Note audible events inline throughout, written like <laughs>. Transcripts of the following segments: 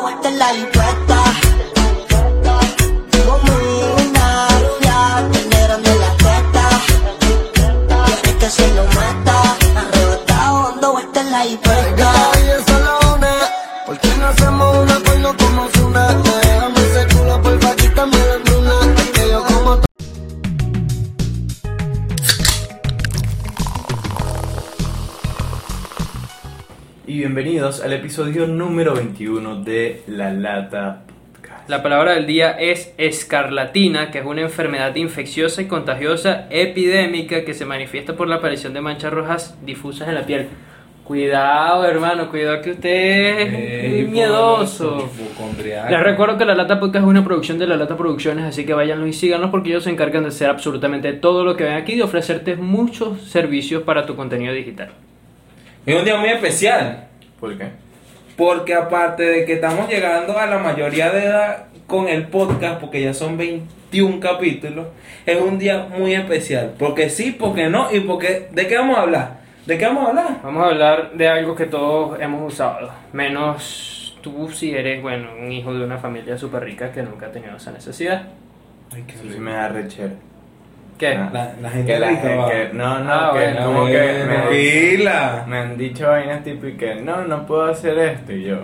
monte en la libreta. Como una rubia, tenerán de la teta. Quiere que se lo meta. Arrebatado, ando vuelta en la libreta. y esa la una. ¿Por qué no hacemos un acuerdo como Zuna? Déjame ese culo, porfa, quítame la luna. Es que yo como Y bienvenidos al episodio número 21 de La Lata Podcast. La palabra del día es escarlatina, que es una enfermedad infecciosa y contagiosa epidémica que se manifiesta por la aparición de manchas rojas difusas en la piel. Cuidado, hermano, cuidado que usted Eh, es miedoso. Les recuerdo que La Lata Podcast es una producción de La Lata Producciones, así que váyanlos y síganos porque ellos se encargan de hacer absolutamente todo lo que ven aquí y de ofrecerte muchos servicios para tu contenido digital. Es un día muy especial, ¿Por qué? porque aparte de que estamos llegando a la mayoría de edad con el podcast, porque ya son 21 capítulos, es un día muy especial. Porque sí, porque no, y porque... ¿De qué vamos a hablar? ¿De qué vamos a hablar? Vamos a hablar de algo que todos hemos usado, menos tú si eres, bueno, un hijo de una familia súper rica que nunca ha tenido esa necesidad. Eso sí me da rechera. ¿Qué? Ah, La, la Que gente la rica, va. gente- que- no, no, Ah, que bueno, como que Bueno, me, pila. me han dicho vainas típicas, no, no puedo hacer esto y yo.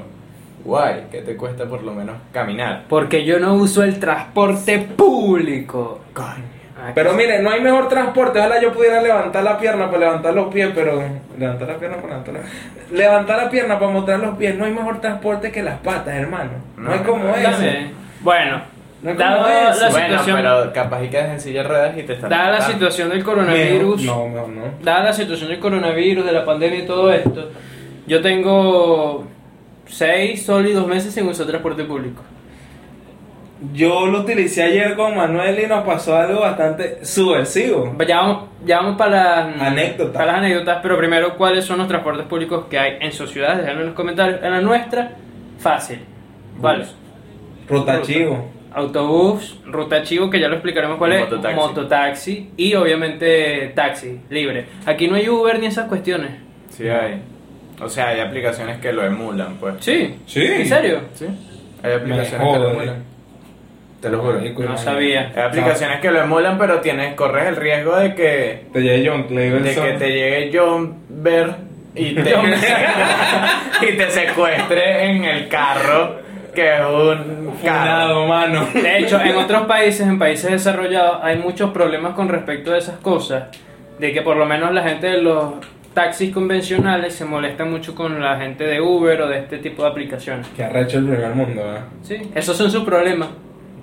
Guay, ¿qué te cuesta por lo menos caminar? Porque yo no uso el transporte público. Ah, Pero mire, no hay mejor transporte. Ojalá yo pudiera levantar la pierna para levantar los pies, pero. Levantar la pierna para levantar la Levantar la pierna para mostrar los pies. No hay mejor transporte que las patas, hermano. No, No, hay como dame. eso. Bueno, No es dado como la eso. bueno, situación, pero capaz y quedas en silla de ruedas y te están. dada la tratando. situación del coronavirus, No, no, no. dada la situación del coronavirus, de la pandemia y todo esto, yo tengo seis sólidos meses sin usar transporte público. Yo lo utilicé ayer con Manuel y nos pasó algo bastante subversivo. Pues Ya vamos, ya vamos para las Anécdotas. para las anécdotas, pero primero, ¿cuáles son los transportes públicos que hay en su ciudad? Déjenlo en los comentarios. En la nuestra, fácil. ¿Cuáles? Rotachivo. Autobús, ruta chivo, que ya lo explicaremos cuál Mototaxi. es, mototaxi y obviamente taxi, libre. Aquí no hay Uber ni esas cuestiones. Sí, hay. O sea, hay aplicaciones que lo emulan, pues. Sí. Sí. ¿En serio? Sí. Hay aplicaciones Me que lo jode. emulan. Te lo juro. Marico, No imagínate. sabía. Hay aplicaciones que lo emulan, pero tienes, corres el riesgo de que Te llevé John de Cleverson. que te llegue John Ver y te, <laughs> y te secuestre en el carro, que es un carro. Funado, mano. De hecho, en otros países, en países desarrollados, hay muchos problemas con respecto a esas cosas. De que por lo menos la gente de los taxis convencionales se molesta mucho con la gente de Uber o de este tipo de aplicaciones. Que arrecho el primer mundo, ¿eh? Sí, esos son sus problemas.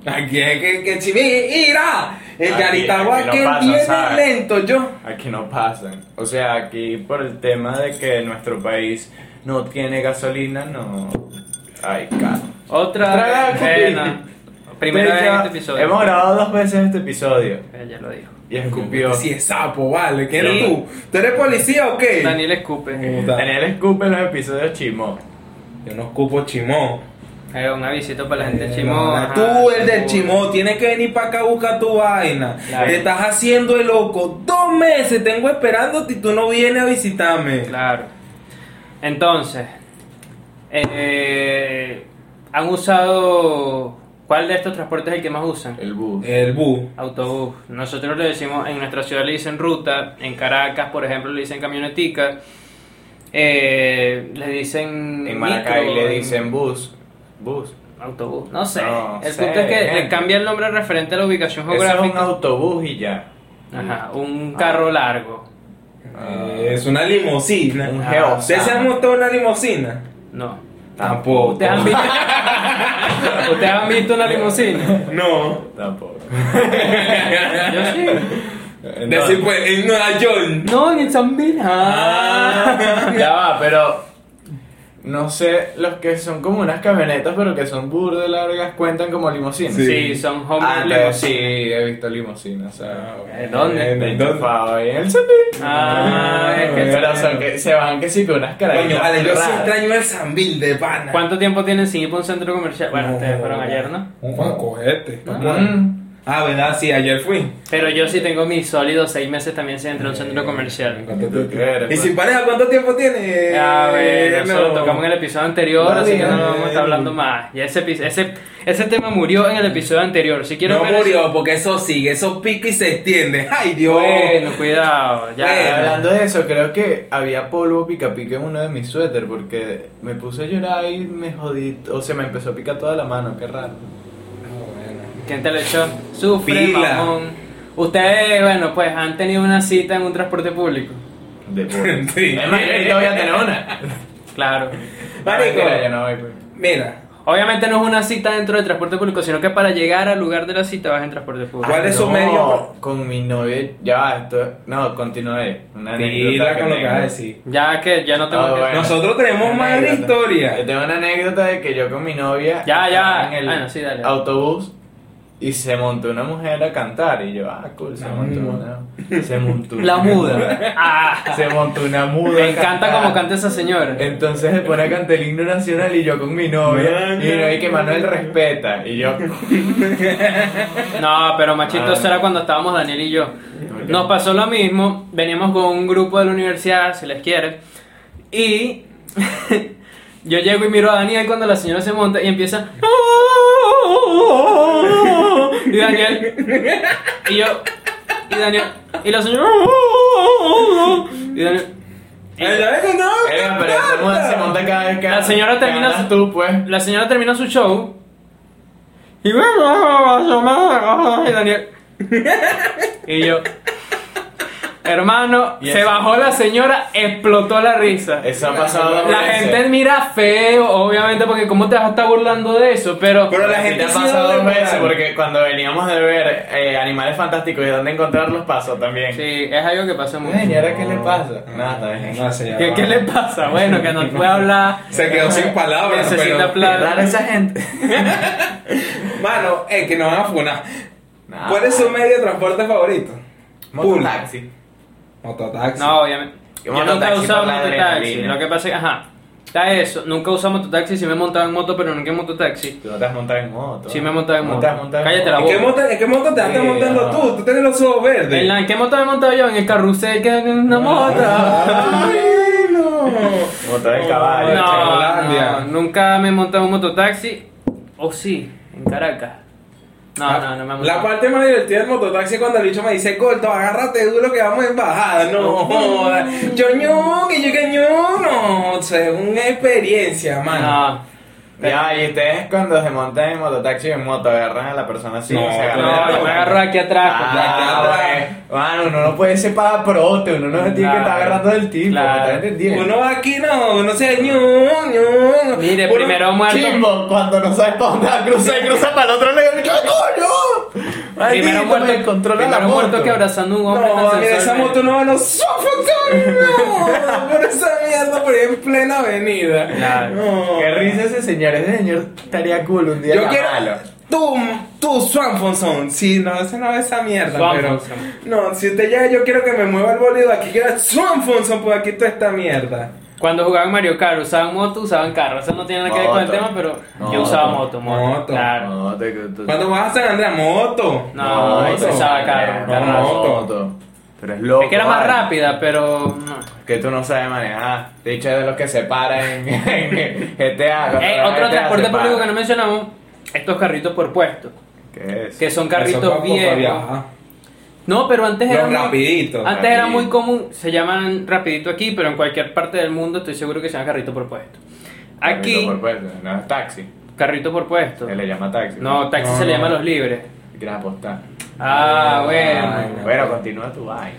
Aquí es que, que si mira, el Aquí- Yaritagua aquí no que pasa, viene ¿sabes? lento yo. Aquí no pasan. O sea, aquí por el tema de que nuestro país no tiene gasolina, no hay carro. Otra, Otra vez. pena. Primera vez en Ya este episodio. Hemos grabado dos veces este episodio Eh, ya lo dijo. y escupió. Si es sapo, vale, ¿qué eres Sí. tú? ¿Tú eres policía o qué? Daniel escupe. Puta, Daniel escupe en los episodios chimó. Yo no escupo chimó. Eh, un avisito para la gente Eh, de Chimó. no, ajá, Tú, el seguro. del chimó, tienes que venir para acá a buscar tu vaina. Claro. Te estás haciendo el loco. Dos meses tengo esperándote y tú no vienes a visitarme. Claro. Entonces, eh, ¿han usado cuál de estos transportes es el que más usan? El bus. El bu. Autobús. Nosotros le decimos, en nuestra ciudad le dicen ruta, en Caracas, por ejemplo, le dicen camionetica, eh, le dicen... En Maracay micro, le en dicen bus. Bus. Autobús. No sé. No el sé, punto es que gente. le cambia el nombre referente a la ubicación Eso es un geográfica. autobús y ya. Ajá, un Ah. carro largo. Eh, es una limosina. Un Ah, geo. ¿Ustedes se han montado en una limosina? No. Tampoco. ¿Ustedes han visto, <laughs> ¿Ustedes han visto <laughs> una limusina? No. Tampoco. Yo sí. Decir, pues, en Nueva York. No, en San Ah. ya va, pero. No sé, los que son como unas camionetas, pero que son burde largas, cuentan como limosinas. Sí. Sí, son homeless Ah, entonces limos- sí, he visto limosinas. O sea, ¿En dónde? En el ¿En dónde? Chufao y en el Zambil. Ah, es que- Pero son que se van que sí con unas carajitas. Coño, vale, yo sí raras. extraño el Sambil de pana. ¿Cuánto tiempo tienen sin ir por un centro comercial? Bueno, No. ustedes fueron ayer, ¿no? Un Juan Cogete. Mm. Ah, ¿verdad? Sí, ayer fui. Pero yo sí tengo mis sólidos seis meses también sin entrar a un centro ¿En comercial. cuánto ¿Tú tiempo? qué eres, ¿Y pues? sin pareja cuánto tiempo tiene? A ver, eso No. lo tocamos en el episodio anterior, Eh, Vale, así que no lo vamos a vale. estar hablando más. Ya ese, epi- ese, ese tema murió en el episodio anterior. Si quiero No ver murió, porque eso sigue, eso pica y se extiende. <laughs> ¡Ay, Dios! Bueno, cuidado. Ya. Bueno. Hablando de eso, creo que había polvo pica pica en uno de mis suéter porque me puse a llorar y me jodí, o sea, me empezó a picar toda la mano, qué raro. ¿Quién te lo echó? Sufre, Pila. mamón. Ustedes, bueno, pues han tenido una cita en un transporte público. De <laughs> polvo. Sí. Es más, yo ahorita voy a tener una. Claro. Marico. Mentira, yo no voy, pues. Mira, Obviamente no es una cita dentro del transporte público, sino que para llegar al lugar de la cita vas en transporte público. ¿Cuál es su No, medio? Con mi novia, ya va, esto. No, continué. Una anécdota. pila con lo que tengo. vas a decir. Ya que ya no tengo Ah, que... bueno. Nosotros tenemos Una más de anécdota. Eh, Yo historia. tengo una anécdota de que yo con mi novia. Ya, ya. estaba En el Ah, no, sí, dale. autobús y se montó una mujer a cantar. Y yo, ah, cool, se La montó muda. una. Se montó La una <laughs> muda. Ah, Se montó una muda. me a encanta cantar. como canta esa señora. Entonces se pone a cantar el himno nacional y yo con mi novia. Man. Y no hay que Manuel respeta. Y yo. <laughs> No, pero machito Ah. eso era cuando estábamos Daniel y yo. Nos pasó lo mismo, veníamos con un grupo de la universidad, si les quiere, y <laughs> yo llego y miro a Daniel cuando la señora se monta y empieza... <laughs> Y Daniel... Y yo... Y Daniel... Y la señora... <laughs> Y Daniel... y Ay, ¿sabes que no? Era, pero se monta, se monta cada vez que. La señora termina ganas su- tú, pues. la señora terminó su show. Y y Daniel. Y yo. Hermano, Y se eso. bajó la señora, explotó la risa. Eso ha pasado dos La veces. gente mira feo, obviamente, porque cómo te vas a estar burlando de eso, pero. Pero la Sí, gente te ha sí pasado debe dos morar. veces porque cuando veníamos de ver eh, Animales Fantásticos y dónde encontrarlos pasó también. Sí, es algo que pasa mucho. Ven, ¿y ahora qué le pasa? Nada, Ah, No sé, ya ¿Qué, va. qué le pasa? Bueno, <laughs> que no puede hablar. Se quedó sin palabras, Necesita pero- plata. Rara esa gente. <laughs> Mano, es que nos van a funar. Nah. ¿Cuál es su medio de transporte favorito? Público. Mototaxi. Mototaxi. No, obviamente. Que Yo nunca he mototaxi usado por la mototaxi. adrenalina. Lo que pasa es que, ajá, está eso. Nunca he usado mototaxi. Sí me he montado en moto, pero nunca en mototaxi. Tú no te has montado en moto. Sí me he montado en No moto. te has montado en Cállate la ¿En boca. qué moto, en qué moto te andas Sí, montando no. tú? Tú tienes los ojos verdes. ¿En, la- ¿en qué moto me he montado yo? En el carrusel que en una moto. Ah. Ay, no. Moto de caballo. No, Checoslandia. no, nunca me he montado en un mototaxi. O sí, en Caracas. No, no, no me he La montado. parte más divertida del mototaxi es cuando el bicho me dice, corto, agárrate duro que vamos en bajada. No, joda. yo ño, que yo que ño, no. O sea, es una experiencia, mano. No, Ya, y ustedes cuando se montan en mototaxi o en moto agarran a la persona así. No, se agarran de no, claro. la yo me mano. agarro aquí atrás. Ah, Claro. bueno. Mano, uno no puede ser para prote, uno no se tiene que Claro. estar agarrando del tipo. Claro. ¿Me estás entendiendo? Uno va aquí no, uno se ño, ño. Mire, Uno- primero muerto. Chimbo, cuando no sabes para dónde va, cruza y cruza para el otro lado. ¡Qué coño! Primero muerto, primero muerto que abrazando a un hombre. No, tan mira, esa sensualmente. moto no va a los no. <laughs> Por esa mierda por ahí en plena avenida. No. Qué risa ese señor, ese señor estaría cool un día. Yo quiero. llamarlo. Tú, tú, Swanfonson. Sí, no, ese no es esa mierda, pero. Swanfonson. No, si usted ya, yo quiero que me mueva el bolido aquí, que era Swanfonson, pues aquí toda esta mierda. Cuando jugaban Mario Kart, usaban moto, usaban carro. Eso no tiene nada que ver con el Moto. tema, pero yo Moto. usaba moto, moto. Moto. Claro. No, te, te- Cuando vas a San Andrea, moto. No, ahí se Moto. usaba carro. No, carrazo. moto. Pero es loco. Es que era más vale. rápida, pero. no. Que tú no sabes manejar. Dicho es de los que se para en, <laughs> en GTA. cuando Eh, la otro GTA transporte se para. público que no mencionamos, estos carritos por puesto. ¿Qué es? Que son Eso fue carritos poco viejos. viaja. No, pero antes Los era. muy- rapiditos, Antes era rapidito. muy común, se llaman rapidito aquí, pero en cualquier parte del mundo estoy seguro que se llaman carrito por puesto. Aquí, Carrito por puesto, No es taxi. carrito por puesto. Se le llama taxi. No, taxi No, se le no. llama los libres. Si Quieres apostar. Ah, Ay, bueno. no. Bueno, continúa tu vaina.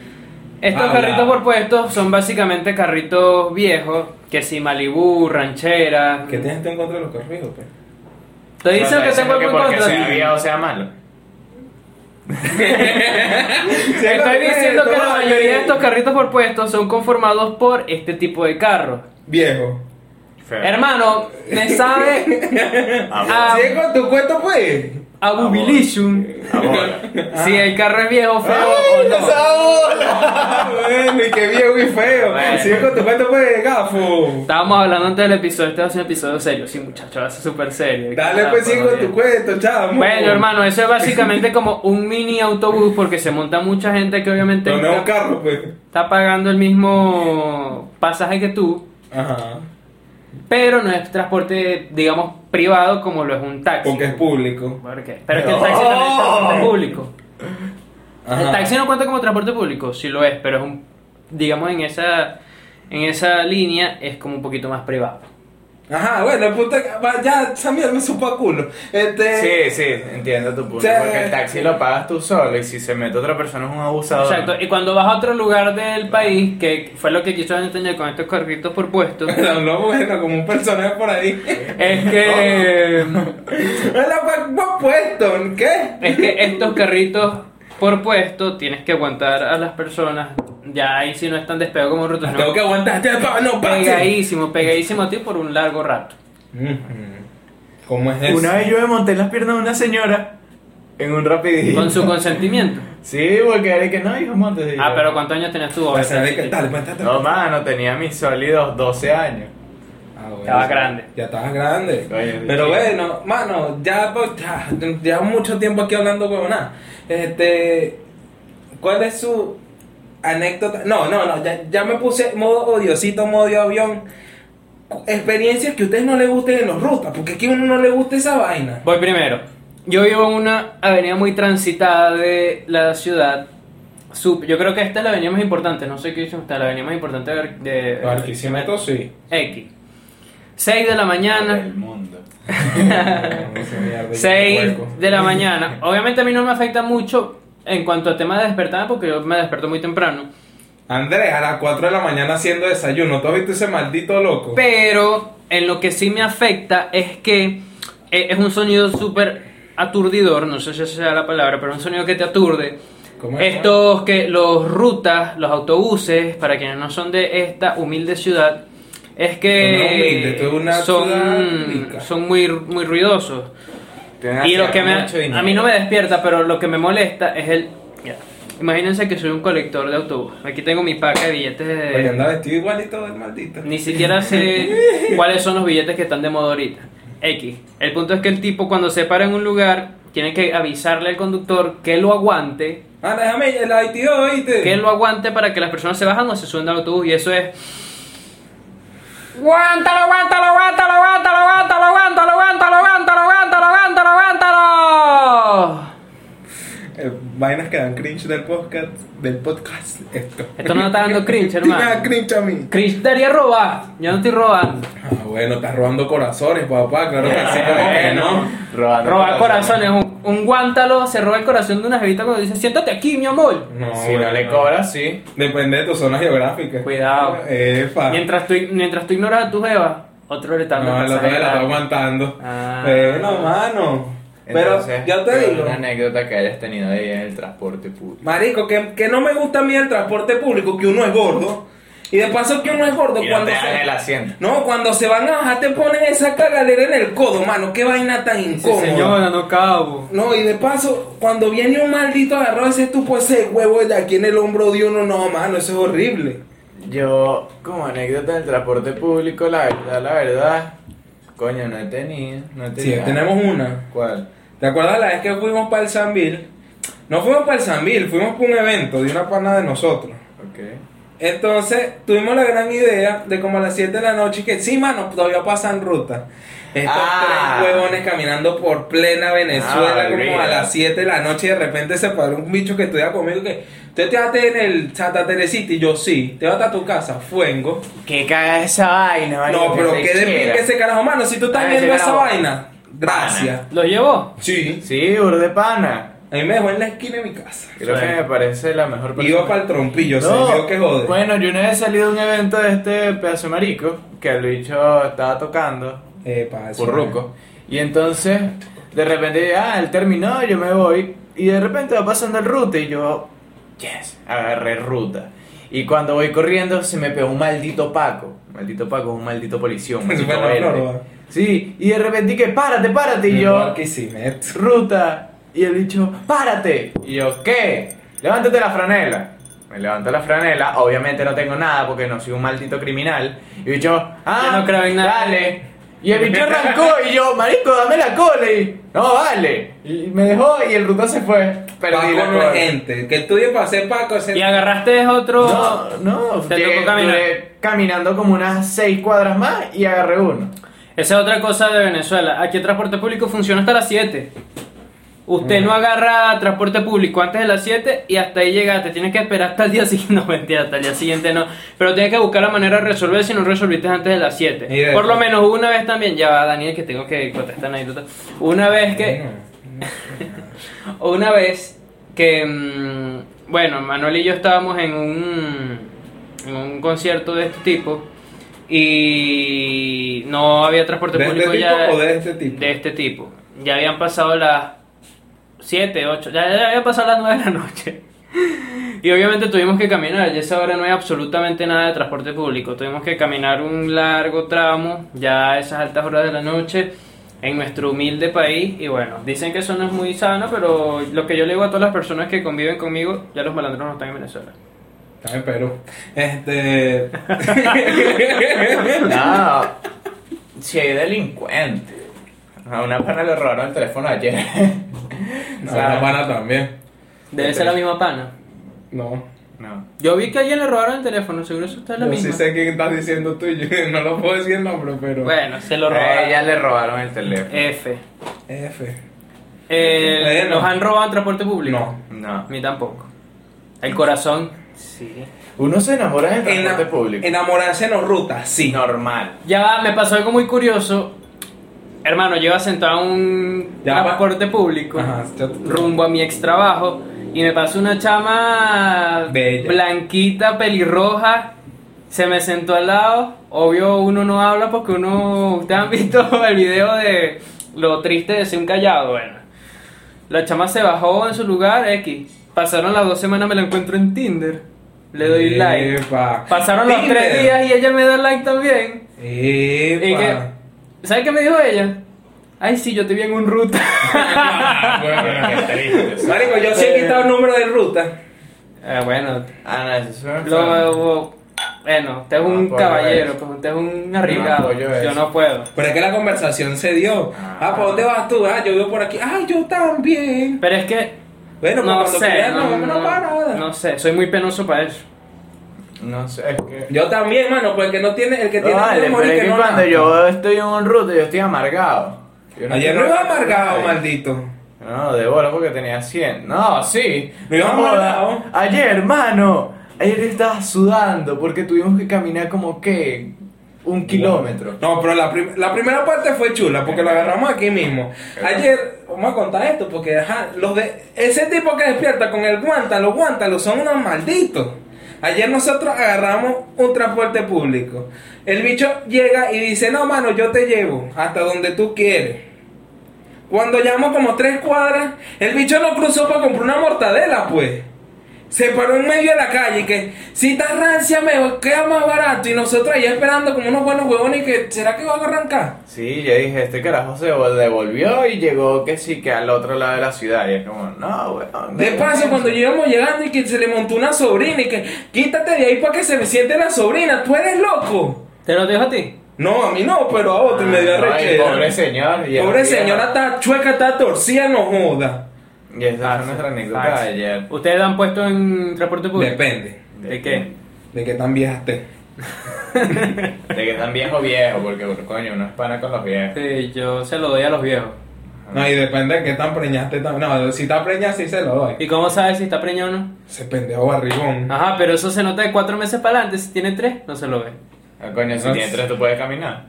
Estos Habla. carritos por puestos son básicamente carritos viejos, que si Malibú, rancheras. ¿Qué tienes tú en contra de los corridos, pues? Te dicen Pero que tengo diciendo algo en porque contra. sea viejo o sea malo. Estoy Siéntate, diciendo que la toma, mayoría de eh. estos carritos por puestos son conformados por este tipo de carros. Viejo. Feo. Hermano, me sabe Ah, Ah. Sigue con tu cuento, pues. a Abomination. Ah. Si el carro es viejo, feo o no. bueno, y qué viejo y feo. Bueno. Sigue con tu cuento, pues, gafo. Estábamos hablando antes del episodio, este va a ser un episodio serio, sí muchachos, va a ser súper serio. Dale, Ah, pues, sigue todo con tu bien. cuento, chamo. Bueno, hermano, eso es básicamente como un mini autobús porque se monta mucha gente que obviamente No, no es un está, carro, pues. está pagando el mismo pasaje que tú, Ajá. pero no es transporte, digamos, privado como lo es un taxi. Porque es público. ¿Por qué? Pero es que el taxi también es transporte público. Oh. Ajá. El taxi no cuenta como transporte público, sí lo es, pero es un, digamos, en esa, en esa línea es como un poquito más privado. Ajá, bueno, puta, que- va, ya, esa mierda me supo a culo. Sí, Este. sí, entiendo tu punto. Sí. Porque el taxi lo pagas tú solo y si se mete otra persona es un Ah, abusador. Exacto, y cuando vas a otro lugar del país, que fue lo que quiso entender con estos carritos por <laughs> puesto, Habló bueno, como un personaje por ahí. es que, Hola, pa- pa- puesto, ¿qué? es que estos carritos por puesto tienes que aguantar a las personas. Ya ahí si no están despegado como rotación. Tengo que aguantarte, pa, no, pa. Pegadísimo, pegadísimo a ti por un largo rato. ¿Cómo es eso? Una vez yo me monté en las piernas de una señora en un rapidito. Con su consentimiento. Sí, porque era que no, hijo, montes. Y Ah, yo, pero ¿cuántos años tenías tú? O sea, de que Estaba tal, pues, cuéntate. No, mano, tenía mis sólidos 12 años. Ah, bueno. grande. Ya estabas grande. Oye, Pero sí. bueno, mano, ya, pues, ya, ya mucho tiempo aquí hablando huevonada. Este, ¿cuál es su anécdota? No, no, no, ya, ya me puse modo odiosito, modo avión. Cu- Experiencias que a ustedes no les gusten en los rutas, porque es que a uno no le gusta esa vaina. Voy primero. Yo vivo en una avenida muy transitada de la ciudad. Sup- Yo creo que esta es la avenida más importante. No sé qué dicen ustedes. La avenida más importante de. de- <laughs> sí. X. 6 de la El mañana. mundo. 6 de la mañana. Obviamente a mí no me afecta mucho en cuanto a tema de despertar, porque yo me desperto muy temprano. Andrés, a las 4 de la mañana haciendo desayuno. ¿Tú has visto ese maldito loco? Pero en lo que sí me afecta es que eh, es un sonido súper aturdidor, no sé si esa sea la palabra, pero es un sonido que te aturde. ¿Cómo es? Estos que los rutas, los autobuses, para quienes no son de esta humilde ciudad, es que No, no humilde, esto es una ciudad son, rica. son muy, muy ruidosos. Y lo que me, a mí no me despierta, pero lo que me molesta es el... ya. Imagínense que soy un colector de autobús. Aquí tengo mi paca de billetes de... Oye, anda vestido igualito del maldito. Eh, Ni siquiera sé cuáles son los billetes que están de moda ahorita. X. El punto es que el tipo cuando se para en un lugar tiene que avisarle al conductor que lo aguante, Ah, déjame el ITO, ¿oíste? que lo aguante para que las personas se bajan o se suban al autobús y eso es... ¡Aguántalo, aguántalo, aguántalo, aguántalo, aguántalo, aguántalo, aguántalo, aguántalo, aguántalo, aguántalo, aguántalo! Eh, vainas que dan cringe del podcast. Del podcast. Esto. Esto no está <laughs> dando cringe, Sí hermano. Me da cringe a mí. Chris daría robar, yo no estoy robando. Ah, bueno, estás robando corazones, papá. Claro que <laughs> sí, ¿cómo que Ah, no. Robando Robar corazones, un, un guántalo se roba el corazón de una jevita cuando dice siéntate aquí, mi amor. No, si no bueno. le cobras, sí. Depende de tu zona geográfica. Cuidado. Epa. Mientras tú, mientras tú ignoras a tu jeva, otro le está dando Ah. No, el otro pasaje me la está Eh, gratis. aguantando. Ah. Bueno, mano. Entonces, Pero, ya pero te digo. Una anécdota que hayas tenido ahí en el transporte público. Marico, que, que no me gusta a mí el transporte público, que uno es gordo. Y de paso que uno es gordo Y no cuando te se... dan el asiento. No, cuando se van a bajar te ponen esa cagadera en el codo, mano. Qué vaina tan incómoda. no cabo. No, y de paso, cuando viene un maldito agarrado ese tupo, ese huevo de aquí en el hombro de uno, no, mano, eso es horrible. Yo, como anécdota del transporte público, la verdad, la verdad, coño, no he tenido. No he Sí, tenido. tenemos una. ¿Cuál? ¿Te acuerdas la vez que fuimos para el Sanville? No fuimos para el Sanville, fuimos para un evento de una pana de nosotros. Ok. Entonces, tuvimos la gran idea de como a las 7 de la noche que sí, mano, todavía pasan ruta. Estos Ah. tres huevones caminando por plena Venezuela Ah, como mira. a las 7 de la noche y de repente se paró un bicho que estudia conmigo que usted te vas en el Santa Teresita y yo sí, te vas a tu casa, fuengo. ¿Qué caga esa vaina, No, pero qué de pie pinga ese carajo, mano, si tú estás Ah, viendo ese esa carajo. vaina, gracias. ¿Lo llevó? Sí. Sí, urde pana. A mí me dejó en la esquina de mi casa. Creo Sí. que me parece la mejor persona. Iba para el trompillo, se No, vio que jode. Bueno, yo una vez salí de un evento de este pedazo de marico, que el bicho estaba tocando, Epa, eso, burruco. Y entonces, de repente, ah, él terminó, yo me voy. Y de repente va pasando el ruta y yo, yes, agarré ruta. Y cuando voy corriendo, se me pegó un maldito Paco. Maldito Paco, un maldito policía, un Eso maldito fue en la verde. Florida. Sí, y de repente que párate, párate, y yo, Barquisimeto. ruta, y el bicho, párate, y yo, ¿qué? Levántate la franela. Me levanto la franela, obviamente no tengo nada porque no soy un maldito criminal. Y el bicho, ah, Yo no creo en nada. Dale. Y el bicho arrancó y yo, marico, dame la cola. Y no, vale. Y me dejó y el ruta se fue. Perdí la Paco no cola. es gente. Que estudie para ser Paco. ser- Y agarraste otro. No, no, Te llegué- tocó caminar. duré caminando como unas seis cuadras más y agarré uno. Esa es otra cosa de Venezuela. Aquí el transporte público funciona hasta las 7. Usted Mm. no agarra transporte público antes de las 7 y hasta ahí llegaste. Tienes que esperar hasta el día siguiente. <laughs> No, mentira, hasta el día siguiente no. Pero tienes que buscar la manera de resolver si no resolviste antes de las 7. Mira, Por lo pues. menos una vez también. Ya va, Daniel, que tengo que contestar una anécdota. Una vez que. Una vez que, mm, bueno, Manuel y yo estábamos en un, en un concierto de este tipo y no había transporte ¿De este público tipo ya o de este tipo? de este tipo. Ya habían pasado las 7, 8, ya, ya habían pasado las 9 de la noche. Y obviamente tuvimos que caminar, y a esa hora no hay absolutamente nada de transporte público. Tuvimos que caminar un largo tramo, ya a esas altas horas de la noche, en nuestro humilde país. Y bueno, dicen que eso no es muy sano, pero lo que yo le digo a todas las personas que conviven conmigo, ya los malandros no están en Venezuela. Está en Perú. <laughs> Este. No, si hay delincuente. A una pana le robaron el teléfono ayer. <laughs> No, O sea, la pana también. Debe ser la misma pana. No. no. Yo vi que a alguien le robaron el teléfono, seguro eso está en la Yo misma. sí sé quién estás diciendo tú. Yo <laughs> no lo puedo decir el nombre, pero. Bueno, se lo A robaron. ella Eh, le robaron Eh, el teléfono. F. F. Eh, Bueno. ¿Nos han robado en transporte público? No. No. A mí tampoco. El corazón. Sí. Uno se enamora del transporte Ena- público. Enamorarse no ruta, sí. Normal. Ya va, me pasó algo muy curioso. Hermano, yo iba sentado en un Ya va. transporte público Ajá, ya tú- rumbo a mi ex trabajo y me pasó una chama Bella. blanquita, pelirroja. Se me sentó al lado. Obvio, uno no habla porque uno. Ustedes han visto <laughs> el video de lo triste de ser un callado. Bueno, la chama se bajó en su lugar. X. Pasaron las dos semanas, me la encuentro en Tinder. Le doy like. Epa. Pasaron los Tinder. tres días y ella me da like también. Epa. Y que, ¿Sabes qué me dijo ella? Ay, sí, yo te vi en un <laughs> ruta. Ah, Qué triste. Marico, yo sí he quitado el número de ruta. Eh, bueno, Ah, no, eso es una enfermedad. lo, bueno, usted es No un apoyo eso. caballero, Ah, pues, usted es un arriesgado. apoyo yo eso. no puedo. Pero es que la conversación se dio. Ah. Ah, ¿para dónde vas tú? Ah, yo vivo por aquí. Ah, yo también. Pero es que Bueno, pues no cuando sé, quieras, no, no, no- para nada. no sé, soy muy penoso para eso. No sé, es que. Yo también, mano, pues el que no tiene, el que No, tiene vale, amor pero y es que no cuando nada. yo estoy en un ruta, yo estoy amargado. Yo Ayer no estoy- iba amargado, maldito. No, de bola porque tenía 100. No, sí. No iba joda. amargado. Ayer, hermano. Ayer estaba sudando porque tuvimos que caminar como que un kilómetro. No, pero la, prim- la primera parte fue chula porque lo agarramos aquí mismo. Ayer, vamos a contar esto porque ajá, los de ese tipo que despierta con el guántalo, guántalo, son unos malditos. Ayer nosotros agarramos un transporte público. El bicho llega y dice, no, mano, yo te llevo hasta donde tú quieres. Cuando llevamos como tres cuadras, el bicho no cruzó para comprar una mortadela, pues. Se paró en medio de la calle y que si está rancia me queda más barato y nosotros allá esperando como unos buenos huevones y que ¿será que va a arrancar? Sí, yo dije, este carajo se devolvió y llegó que sí, que al otro lado de la ciudad. Y es como, no, weón. Despacio cuando íbamos llegando y que se le montó una sobrina y que quítate de ahí para que se me siente la sobrina, tú eres loco. ¿Te lo dejo a ti? No, a mí no, pero a otro y me dio Ay, arrechera. Pobre señor. y- Pobre señora está chueca, está torcida, no joda. Y Ah, esa es nuestra anécdota de ayer. ¿Ustedes han puesto en transporte público? Depende ¿De qué? de qué tan vieja esté. De que tan viejo, viejo, porque coño, uno es pana con los viejos. Sí, yo se lo doy a los viejos. No, y depende de qué tan preñaste también. No, si está preñada sí se lo doy. ¿Y cómo sabes si está preñado o no? Ese pendejo barrigón. Ajá, pero eso se nota de cuatro meses para adelante. Si tiene tres, no se lo ve. Ah, Coño, si No tienes sé. tres, tú puedes <laughs> caminar.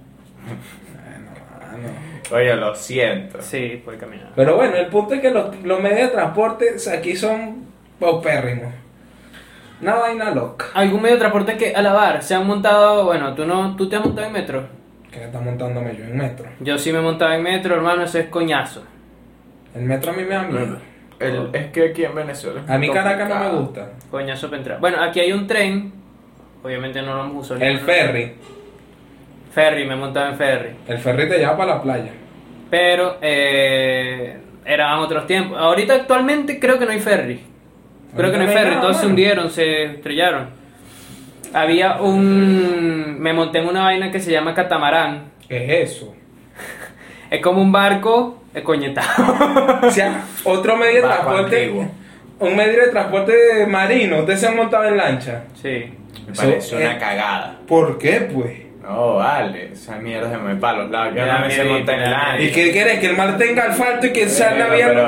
Ah, no. Oye, lo siento. Sí, puede caminar. Pero bueno, el punto es que los, los medios de transporte aquí son paupérrimos. Una vaina loca. ¿Algún medio de transporte que alabar? ¿Se han montado? Bueno, tú no, tú te has montado en metro. Que está montándome yo en metro. Yo sí me montaba en metro, hermano, eso es coñazo. El metro a mí me da miedo. El- es que aquí en Venezuela. es A mí muy Caracas no me complicado. gusta. Coñazo para entrar. Bueno, aquí hay un tren, obviamente no lo hemos usado. El ninguno. ferry. Ferry, me he montado en ferry. El ferry te lleva para la playa. Pero eh, eran otros tiempos. Ahorita actualmente creo que no hay ferry. Creo que no hay Ahorita no hay ferry, nada, todos se mano. hundieron, se estrellaron. Había un... Me monté en una vaina que se llama catamarán. ¿Qué es eso? Es como un barco eh, coñetado. <laughs> O sea, otro medio de Barco transporte. antiguo. Un medio de transporte marino. Ustedes se han montado en lancha. Sí. Me Eso parece es- una cagada. ¿Por qué, pues? No, vale, esa mierda se me va para los lados. Yo Me da no me sé miedito, montar me en da la ¿Y qué quieres? ¿Que el mar tenga asfalto y que sea Eh, Pero, la vía pero,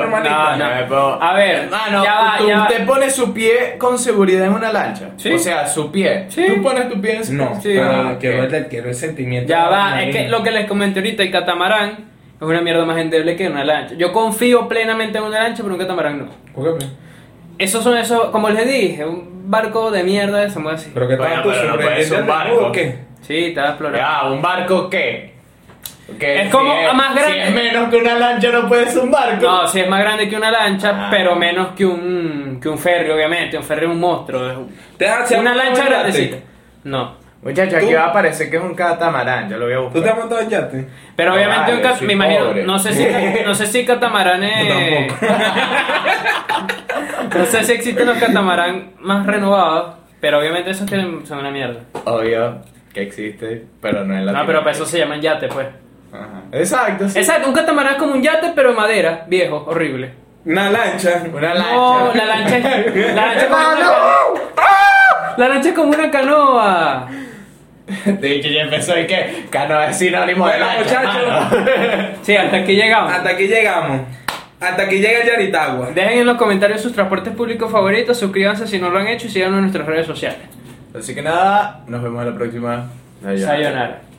no, normalita? no me puedo- A ver, Hermano, ya va, tú- ya va. usted pone su pie con seguridad en una lancha. Sí. O sea, su pie. Sí. Tú pones tu pie en su No, Sí, pero ah, quiero, ok. el, quiero el sentimiento. Ya de va, marino. es que lo que les comenté ahorita, el catamarán es una mierda más endeble que una lancha. Yo confío plenamente en una lancha, pero un catamarán no. ¿Por pues, qué? Esos son esos, como les dije, un barco de mierda se mueve así. Pero que Bueno, tanto pero no puede ser un sobreviviente barco. o qué? Sí, estaba explorando. Ya, ¿un barco qué? Que Es como si es, más si grande. es menos que una lancha, no puede ser un barco. No, sí es más grande que una lancha, Ah. pero menos que un, que un ferry, obviamente. Un ferry es un monstruo. es un- Te has- se una han lancha montado en yate. grandecita. No. Muchacho, ¿Tú? aquí va a parecer que es un catamarán. Yo lo voy a buscar. ¿Tú te has montado en yate? Pero No obviamente vale, un cat- soy me imagino, pobre. no sé si no sé si catamarán es- <laughs> no sé si existen los catamarán más renovados, pero obviamente esos tienen son una mierda. Obvio que existe, pero no es la No, pero para eso se llaman yate, pues. Exacto, sí. Exacto, un catamarán es como un yate, pero de madera, viejo, horrible. Una lancha. Una lancha. Ah, No, la lancha es. La lancha es como <laughs> una canoa. La lancha es como una canoa. De hecho, ya empezó y que canoa es sinónimo de Bueno, lancha. muchacho. mano. Sí, hasta aquí llegamos. Hasta aquí llegamos. Hasta aquí llega el Yaritagua. Dejen en los comentarios sus transportes públicos favoritos, suscríbanse si no lo han hecho y síganos en nuestras redes sociales. Así que nada, nos vemos en la próxima. Sayonara. Sayonara.